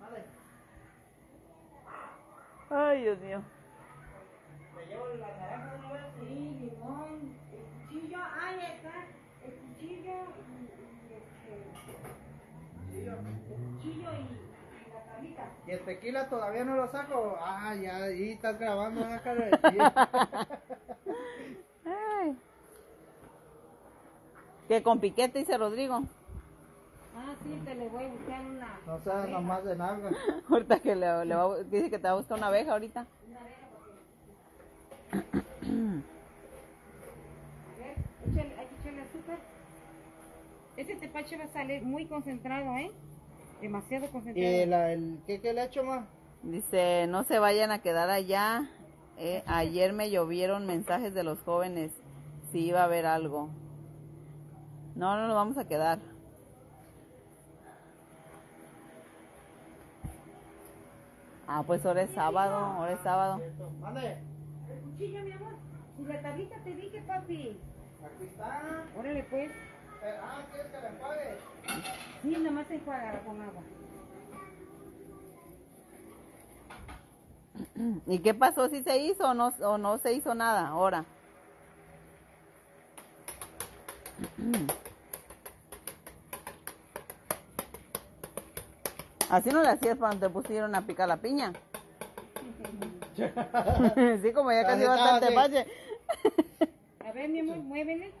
C: Vale.
B: Ay, Dios mío.
A: Sí, limón. El cuchillo. Ahí está. El cuchillo. y este, El cuchillo y, y la tablita.
C: Y el tequila todavía no lo saco. Ah, ya, ahí estás grabando una cara de tequila.
B: Ay. Que con piquete dice Rodrigo.
A: Ah, sí, te le voy a buscar una.
C: No sabes nomás de nada.
B: Ahorita que le, le va, a- dice que te va a buscar una abeja ahorita.
A: A ver, échale, hay que echarle azúcar. Este tepache va a salir muy concentrado, ¿eh? Demasiado concentrado.
C: ¿Y la, el, qué, qué le ha hecho más?
B: Dice, no se vayan a quedar allá. Eh, ayer me llovieron mensajes de los jóvenes si iba a haber algo. No, no nos vamos a quedar. Ah, pues ahora es sábado, ahora es sábado.
C: Mande.
A: El cuchillo, mi amor. Y la tablita te dije, papi.
C: Aquí está.
A: Órale pues.
C: Eh, ah, ¿quieres que le enjuague?
A: Sí, nomás enjuágala con agua.
B: ¿Y qué pasó? ¿Si se hizo o no, o no se hizo nada ahora? Así no le hacías cuando te pusieron a picar la piña. sí, como ya
C: Así
B: casi
C: estaba,
B: bastante
C: sí.
B: valle.
A: A ver, mi amor, muévele.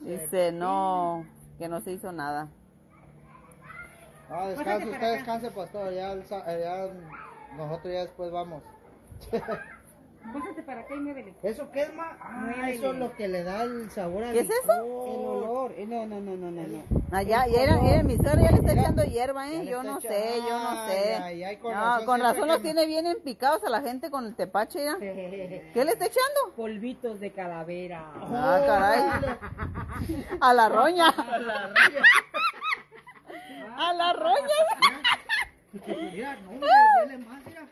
B: Dice, no, que no se hizo nada.
C: Ah, descanse, usted descanse, pastor. Ya, el sa- eh, ya nosotros ya después vamos.
A: Póngate para acá y muévele.
C: ¿Eso qué es, ma? Ah, eso es lo que le da el sabor al
B: ¿Qué es eso?
C: licor.
A: El olor. Eh, No, no, no, no, no. no.
B: Allá, y era, era mi suegra Ah, ya le está
C: Mira,
B: echando hierba,
C: ya
B: ¿eh?
C: le
B: Yo
C: está
B: no
C: echa-
B: sé, yo no
C: Ay,
B: sé.
C: ay, ay, con
B: No,
C: razón
B: con
C: siempre
B: razón los
C: que-
B: tiene bien empicados a la gente con el tepache, mira. ¿Qué le está echando?
A: Polvitos de calavera.
B: Ah, caray. A la roña. A la roña. A la roña.
C: Mira, no, hombre, huele más, mira.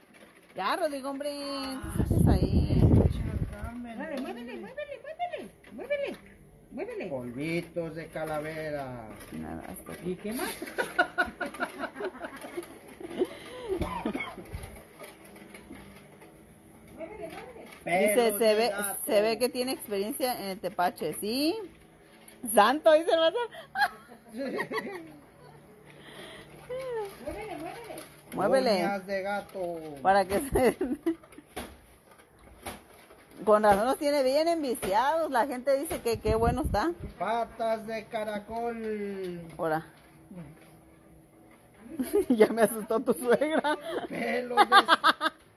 B: Ya, Rodrigo, hombre, ¿qué haces ahí?
A: Órale, muévele, muévele, muévele. Muévele. Muévele.
C: Polvitos de calavera.
B: Nada, hasta aquí.
A: ¿Y qué más?
B: Dice,
C: Pelos
B: se
C: de
B: ve,
C: gato.
B: se ve que tiene experiencia en el tepache, ¿sí? Santo, dice el vato.
A: Muévele, muévele.
B: Muévele.
C: Uñas de gato.
B: Para que se... Con razón los tiene bien enviciados. La gente dice que qué bueno está.
C: Patas de caracol.
B: Ahora. ya me asustó tu suegra.
C: Pelos de,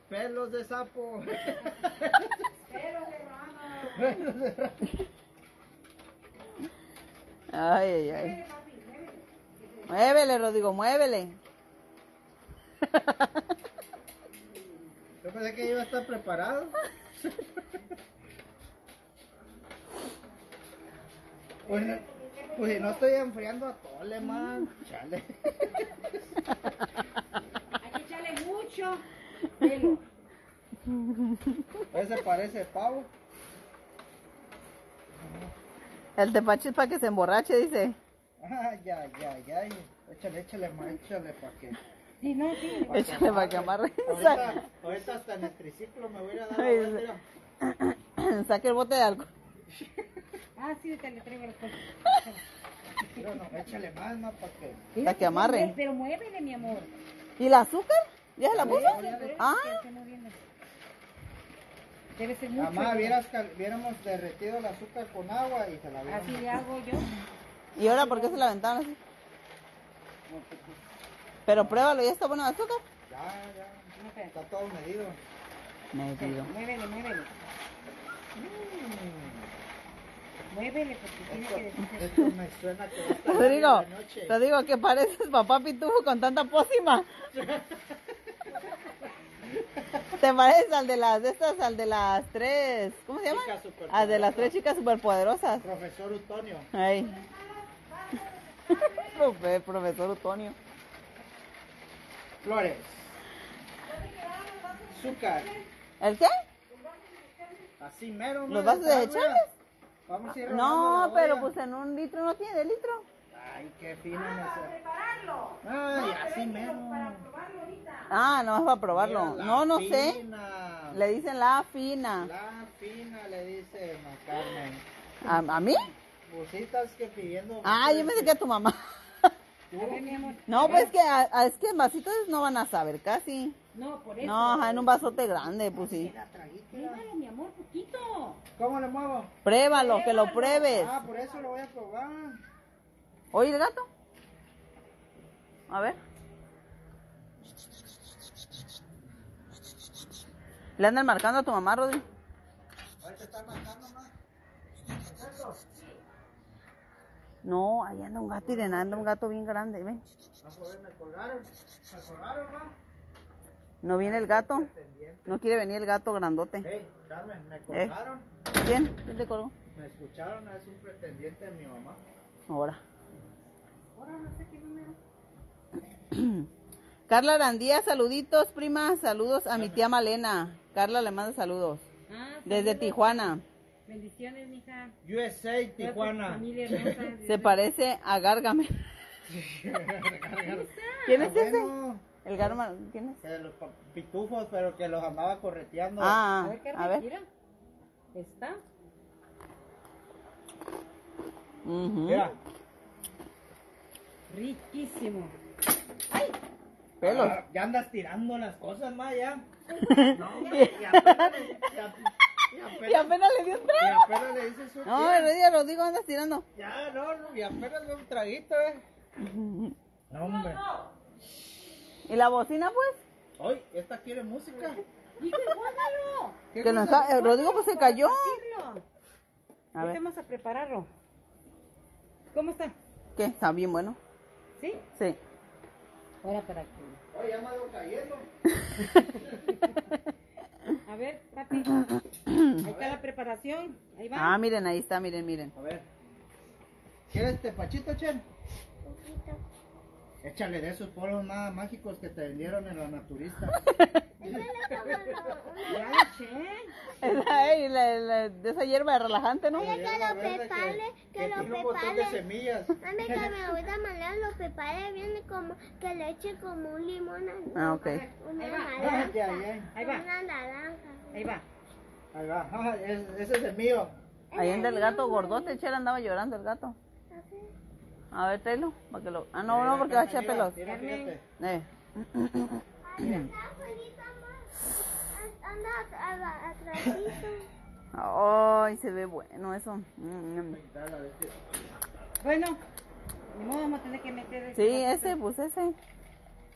C: pelos de sapo. pelos de rana.
B: Ay, ay, ay. Muévele, Rodrigo, muévele.
C: Yo pensé que iba a estar preparado. Pues, no- pues si no estoy enfriando a tole, man.
B: Mm.
C: Chale.
A: Hay que echarle mucho. Pelo.
C: Ese parece pavo.
B: El tepache es para que se emborrache, dice.
C: Ay, ay, ay, ay. Échale, échale, más, échale para que.
A: Sí, no, sí.
B: Échale para que amarre. Sa-
C: Ahorita, ahorita hasta en el triciclo me voy a ir a dar la
B: Ay,
C: vuelta,
B: sí.
C: mira.
B: Saque el bote de alcohol.
A: Ah, sí, te le traigo las cosas.
C: Pero no, échale más, más para que.
B: Para que amarre.
A: Pero muévele, mi amor.
B: ¿Y el azúcar? ¿Ya se la puso? Ah,
A: Debe ser mucho.
C: Mamá, vieras que hubiéramos derretido el azúcar con agua y se la hubiéramos.
A: Así le hago yo.
B: ¿y ahora por qué se la aventaron así? Pero pruébalo, ¿ya está bueno el azúcar?
C: Ya, ya.
A: No, espérate.
C: Está todo medido.
B: Me digo.
A: Muévele, muévele. Mm. Muévele porque tiene que
C: Esto,
A: decirse.
C: esto me suena que va a estar
B: Rodrigo,
C: larga la noche.
B: Rodrigo, que pareces papá pitufo con tanta pócima. ¿Te pareces al de las de estas, al de las tres, ¿cómo se llama?
C: Chicas superpoderosas.
B: Al de las tres chicas superpoderosas.
C: Profesor Utonio.
B: Ay. Profe- Profesor Utonio.
C: Flores. Azúcar.
B: ¿El qué?
C: Así mero.
B: ¿Los
C: va
B: vasos de echarles?
C: Vamos a ir
B: No,
C: rodando la
B: pero
C: olla.
B: pues en un litro no tiene de litro.
C: Ay, qué fino me sale. Ay, así mero.
B: Ah, no, es para probarlo.
C: Mira, la
B: No, no sé.
C: fina.
B: Le dicen la fina.
C: La fina le dice a Carmen.
B: ¿A, a mí?
C: Busitas que pidiendo.
B: Ah, yo me que a tu mamá.
A: A ver, mi amor.
B: No, pues que a- a- es que en vasitos no van a saber casi.
A: No, por eso.
B: No, ajá, en un vasote grande, pues sí.
A: Muévale, mi amor, poquito.
C: ¿Cómo le muevo?
B: Pruébalo, que lo pruebes.
C: Ah, por eso lo voy a probar.
B: Oye, el gato. A ver. Le andan marcando a tu mamá, Rodri. No, ahí anda un gato y de nada, anda un gato bien grande, ven. No viene el gato. No quiere venir el gato grandote.
C: Hey, Carmen, me
B: Eh.
C: colgaron.
B: ¿Quién? ¿Quién te colgó?
C: Me escucharon, es un pretendiente de mi mamá.
B: Ahora. Carla Arandía, saluditos, prima. Saludos a mi tía Malena. Carla le manda saludos.
A: Ah,
B: Desde Tijuana.
A: Bendiciones, mija.
C: USA, Tijuana.
A: Familia hermosa.
B: Se parece a Gárgame. ¿Quién es ese?
C: Bueno,
B: El Gárgame, ¿quién es?
C: de los pa- pitufos, pero que los andaba correteando.
B: Ah, a
A: Carmen,
B: ver.
A: Mira. Está.
B: Ujú.
C: Mira,
A: Riquísimo.
B: Pelos.
C: ah, ya andas tirando las cosas, ma, ya. Y
B: Y
C: apenas,
B: apenas le dio un
C: y
B: trago.
C: apenas le dices un
B: No,
C: día.
B: el día lo digo, andas tirando.
C: Ya, no, no, y apenas de un traguito, eh. No, hombre.
B: ¿Y la bocina, pues?
C: Hoy, esta quiere música.
A: Dije, guárdalo.
C: ¿Qué
B: Que no
C: cosa?
B: está- el Rodrigo pues se cayó.
A: Dilo.
B: A
A: Ahorita
B: ver,
A: vamos a prepararlo. ¿Cómo está?
B: ¿qué? Está bien bueno.
A: ¿Sí?
B: Sí.
A: Ahora para que.
C: Oye, ya me ando cayendo.
A: A ver, papi. Ahí está la preparación. Ahí va.
B: Ah, miren, ahí está, miren, miren.
C: A ver. ¿Quieres tepachito, Chen?
D: poquito.
C: Échale de esos polvos más mágicos que te vendieron en la naturista.
A: Ya, che.
B: Esa, eh, y la- la- de esa hierba relajante, ¿no?
D: Oye, que lo
C: Verde
D: prepare, que
C: tiene
D: lo
C: un montón de
D: prepare.
C: semillas.
D: Mami, que me voy a mandar, lo prepare bien y como que le eche como un limón.
B: Ah, ok.
D: Una
A: Ahí va.
D: naranja.
C: Ájate, ahí, ahí.
A: Ahí va.
D: Una naranja.
A: Ahí va.
C: Ahí va. Ah, es- ese es el mío.
B: Ahí anda el gato gordote, chela, andaba llorando el gato. A ver, tráelo, para que lo... Ah, no,
C: Mira,
B: no, porque va a
C: acá,
B: echar
C: mira,
B: pelos.
C: mira, fíjate.
B: Eh.
D: Anda a- a- atrasito.
B: Ay, se ve bueno eso. Mm, mm.
A: Bueno, de modo vamos a tener que meter este
B: Sí,
A: ratito.
B: ese, pues ese.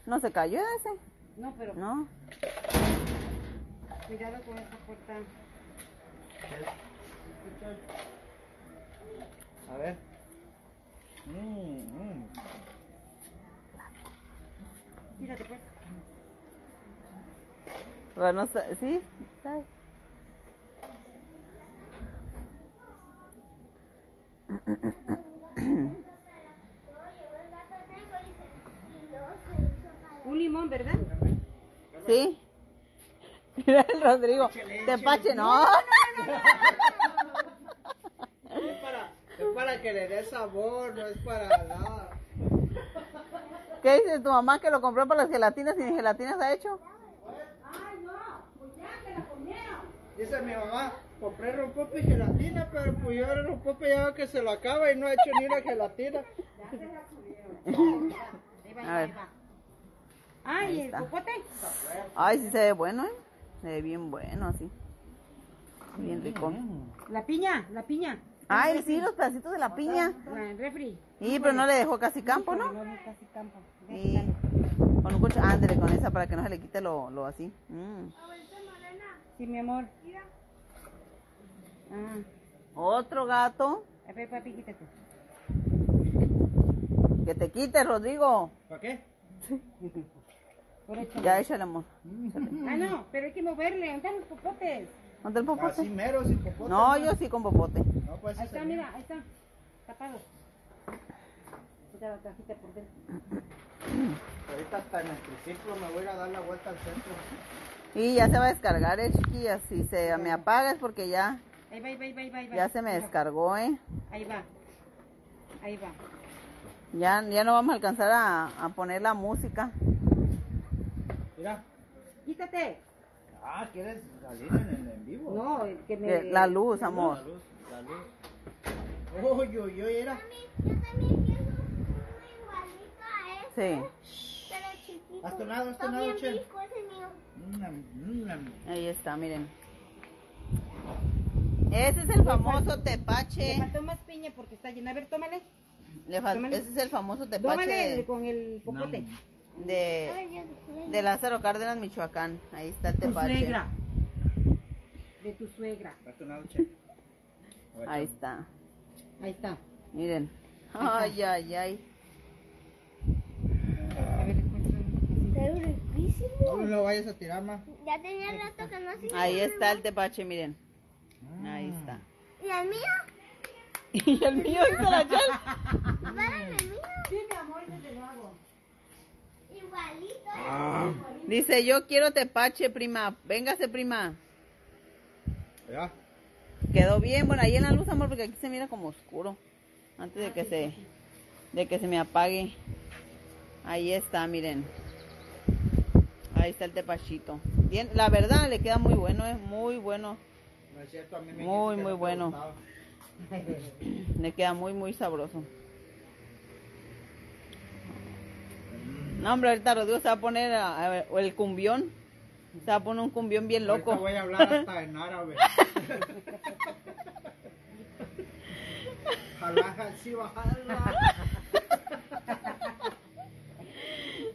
B: No se cayó ese,
A: No, pero
B: ¿no?
A: cuidado con esta puerta.
C: A ver. Mm, mm.
A: Mírate, pues.
B: Pero no sé, sí. está.
A: Un limón, ¿verdad?
B: Sí. Mira el Rodrigo. Tepache, no.
C: Es para, es para que le dé sabor, no es para nada.
B: ¿Qué dice tu mamá que lo compró para las gelatinas y ni gelatinas ha hecho?
C: Dice mi mamá, compré rompope y gelatina, pero pues yo el rompope ya veo que se lo acaba y no ha hecho ni una gelatina.
A: Ahí va,
B: A
A: ahí va, ahí
B: ver.
A: va. Ay,
B: Ahí
A: el
B: está.
A: cocote.
B: Ay, sí se ve bueno, ¿eh? Se ve bien bueno, así. Bien rico.
A: La piña, la piña.
B: Ay, sí, los pedacitos de la piña.
A: La refri.
B: Y pero no le dejó casi campo, ¿no?
A: No, no, casi campo.
B: Y con un cuchillo, ándale con esa para que no se le quite lo, lo así. Mm.
A: Sí, mi amor. Ah,
B: Otro gato.
A: a ver, papi, quítate.
B: Que te quite, Rodrigo.
C: ¿Para qué?
A: Por hecho.
B: Ya échale, amor.
A: Ah, no, pero hay que moverle. ¿Dónde están los cocotes?
B: ¿Dónde el
C: Así
B: popote?
C: mero, sin popote.
B: No, yo sí con popote.
C: No, pues ese
A: Ahí está,
C: es el mío.
A: mira, ahí está. Tapado. Quita la cajita por dentro.
C: Ahorita hasta en el triciclo me voy a ir a dar la vuelta al centro.
B: Y ya se va a descargar, eh, chiquillas. Si se me apaga es porque ya,
A: Ahí va, ahí va, ahí va, ahí va. ahí va.
B: ya se me
A: Mira,
B: descargó, eh.
A: Ahí va. Ahí va.
B: Ya, ya no vamos a alcanzar a, a poner la música.
C: Mira.
A: Quítate.
C: Ah, ¿quieres salir en el en vivo?
A: No, el que me...
B: Eh, La luz, amor.
C: La luz, la luz. Uy, uy, uy, era.
D: Yo también quiero uno igualito a este,
B: Sí.
D: pero chiquito.
C: Haz tu lado, haz tu
D: Está
C: lado,
D: bien
C: Chen.
D: rico ese mío.
C: Mm, mm, mm.
B: Ahí está, miren. Ese es el famoso
A: Le
B: tepache.
A: faltó más piña porque está llena. A ver, tómale.
B: Le fal-
A: Tómale.
B: Ese es el famoso
A: Tómale
B: tepache
A: con el popote.
B: de,
D: Ay, yo-
B: de Lázaro Cárdenas, Michoacán. Ahí está el
A: Tu
B: tepache.
A: suegra. De tu suegra.
C: Haz tu lado, che. A ver,
B: Ahí
C: chamo.
B: está.
A: Ahí está.
B: Miren. Ay, ay, ay.
A: A ver, encuentra-
D: Está riquísimo.
C: No me lo vayas a tirar, ma.
D: Ya tenía rato que no hacía.
B: Ahí está el tepache, miren. Ahí está.
D: ¿Y el mío?
B: Y el mío hizo la chal.
D: Párame el mío.
A: Sí, mi amor, yo te lo hago.
D: Igualito.
C: ¿eh?
B: Ah. Dice, yo quiero tepache, prima. Véngase, prima.
C: Ya.
B: Quedó bien, bueno, ahí en la luz, amor, porque aquí se mira como oscuro. Antes
A: Ah,
B: de que se de que se me apague. Ahí está, miren. Ahí está el tepachito. Bien, la verdad le queda muy bueno, es muy bueno.
C: No es cierto, a mí me dijiste que
B: Muy, muy
C: no te
B: bueno.
C: gustaba.
B: Le queda muy, muy sabroso. No, hombre, ahorita Rodrigo se va a poner a- a ver, o el cumbión. Se va a poner un cumbión bien loco.
C: Ahorita voy a hablar hasta en árabe. Jalaja, sí, bajala.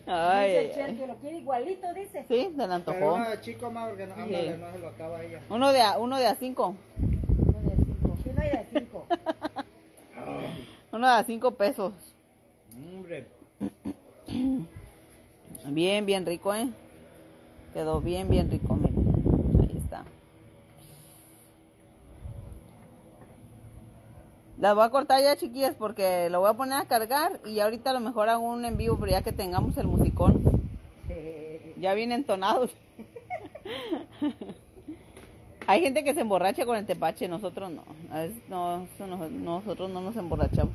B: Ay,
A: Dice el
B: ay,
A: chef que lo quiere igualito, dice.
B: Sí, se le
C: Pero
B: antojó.
C: ah, chico más porque no, ándale, no se lo acaba ella.
B: Uno de a, uno de a cinco.
A: Uno de cinco. Uno de cinco.
B: Uno de a cinco pesos.
C: Hombre,
B: Bien, bien rico, ¿eh? Quedó bien, bien rico, miren. Ahí está. Las voy a cortar ya, chiquillas, porque lo voy a poner a cargar y ahorita a lo mejor hago un en vivo, pero ya que tengamos el musicón. Ya bien entonados. Hay gente que se emborracha con el tepache, nosotros no. A veces no, eso no- nosotros no nos emborrachamos.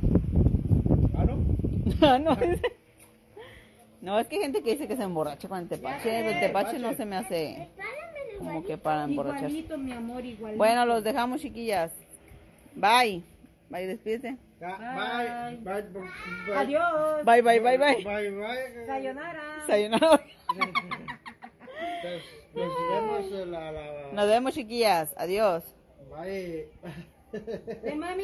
C: ¿ah, no?
B: No, no, es... no, es que hay gente que dice que se emborracha con el tepache. pero El tepache no se me hace
D: Prepárame el
B: como que para emborracharse.
A: Igualito, mi amor, igualito.
B: Bueno, los dejamos, chiquillas. Bye. Bye, despídete.
C: Ya, Bye. Bye. bye, bye.
A: Adiós.
B: Bye, bye, bye, bye.
C: Bye, bye.
A: Sayonara.
B: Sayonara.
C: Entonces, Nos vemos en la... la-
B: Nos vemos, chiquillas. Adiós.
C: Bye.
A: Eh, mami.